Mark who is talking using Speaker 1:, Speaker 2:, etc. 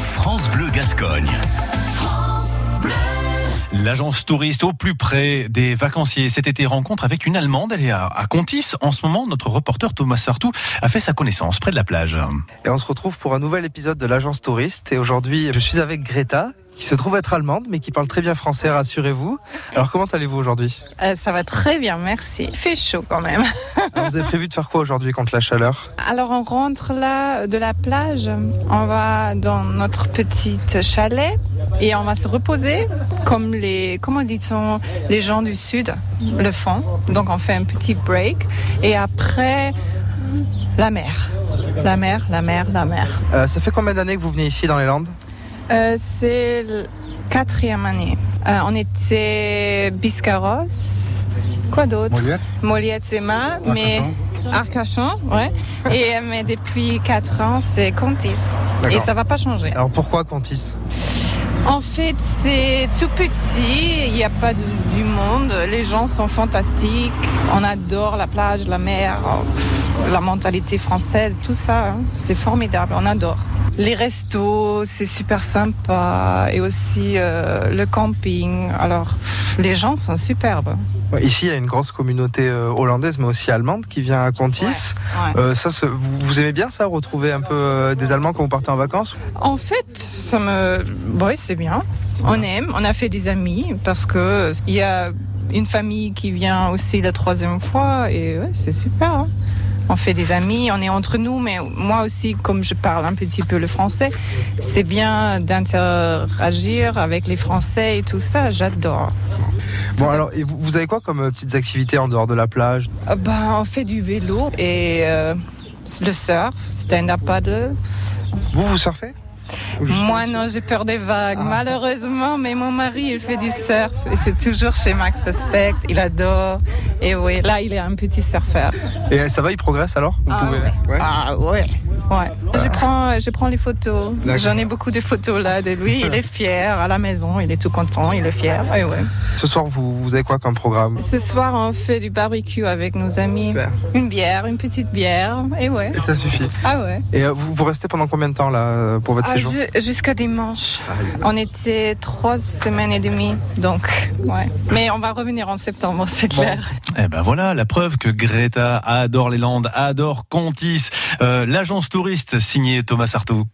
Speaker 1: France Bleu Gascogne. L'agence touriste au plus près des vacanciers cet été rencontre avec une Allemande. Elle est à, à Contis. En ce moment, notre reporter Thomas Sartou a fait sa connaissance près de la plage.
Speaker 2: Et on se retrouve pour un nouvel épisode de l'agence touriste. Et aujourd'hui, je suis avec Greta, qui se trouve être allemande, mais qui parle très bien français, rassurez-vous. Alors comment allez-vous aujourd'hui
Speaker 3: Euh, ça va très bien, merci. Il fait chaud quand même.
Speaker 2: Alors, Vous avez prévu de faire quoi aujourd'hui contre la chaleur
Speaker 3: Alors on rentre là de la plage, on va dans notre petite chalet et on va se reposer comme les, comment dit-on, les gens du sud le font. Donc on fait un petit break et après la mer, la mer, la mer, la mer.
Speaker 2: Euh, Ça fait combien d'années que vous venez ici dans les Landes
Speaker 3: Euh, C'est la quatrième année. Euh, on était Biscarros, quoi d'autre? Moliette Emma, mais Arcachon, ouais. Et euh, mais depuis 4 ans, c'est Contis. Et
Speaker 2: D'accord.
Speaker 3: ça va pas changer.
Speaker 2: Alors pourquoi Contis
Speaker 3: En fait, c'est tout petit, il n'y a pas de- du monde, les gens sont fantastiques, on adore la plage, la mer, oh, pff, la mentalité française, tout ça, hein. c'est formidable, on adore. Les restos, c'est super sympa, et aussi euh, le camping. Alors, pff, les gens sont superbes.
Speaker 2: Ouais, Ici, il y a une grosse communauté euh, hollandaise, mais aussi allemande, qui vient à Contis.
Speaker 3: ouais.
Speaker 2: Euh, ça, ça- vous, vous aimez bien ça, retrouver un peu euh, des Allemands quand vous partez en vacances
Speaker 3: En fait, ça me. Oui, c'est bien. On aime, on a fait des amis parce que il y a une famille qui vient aussi la troisième fois et ouais, c'est super. hein. On fait des amis, on est entre nous, mais moi aussi, comme je parle un petit peu le français, c'est bien d'interagir avec les Français et tout ça, j'adore.
Speaker 2: Bon, alors, et vous, vous avez quoi comme euh, petites activités en dehors de la plage
Speaker 3: Euh, Ben, on fait du vélo et euh, le surf, stand-up paddle.
Speaker 2: Vous, vous surfez Ou juste
Speaker 3: Moi
Speaker 2: ici
Speaker 3: non, j'ai peur des vagues,
Speaker 2: Ah.
Speaker 3: malheureusement, mais mon mari, il fait du surf et c'est toujours chez Max Respect, il adore. Et oui, là, il est un petit surfeur.
Speaker 2: Et euh, ça va, il progresse alors Vous
Speaker 3: Ah,
Speaker 2: pouvez. Ouais.
Speaker 3: Ah ouais. Ouais. Je prends je prends les photos.
Speaker 2: Euh. D'accord. Euh.
Speaker 3: J'en ai beaucoup de photos là de lui, il est fier à la maison, il est tout content, il est fier. Et ouais.
Speaker 2: Ce soir, vous, vous avez quoi comme programme
Speaker 3: Ce soir, on fait du barbecue avec nos amis.
Speaker 2: Super.
Speaker 3: Une bière, une petite bière. Et ouais.
Speaker 2: Et ça suffit.
Speaker 3: Ah ouais.
Speaker 2: Et euh, vous, vous restez pendant combien de temps là euh, pour votre
Speaker 3: Ah,
Speaker 2: séjour Ah,
Speaker 3: ju- Jusqu'à dimanche. On était trois semaines et demie, donc ouais. Mais on va revenir en septembre, c'est
Speaker 2: Bon.
Speaker 3: clair.
Speaker 1: Eh ben voilà, la preuve que Greta adore les Landes, adore Contis. Euh, L'agence touriste signée Thomas Sartou.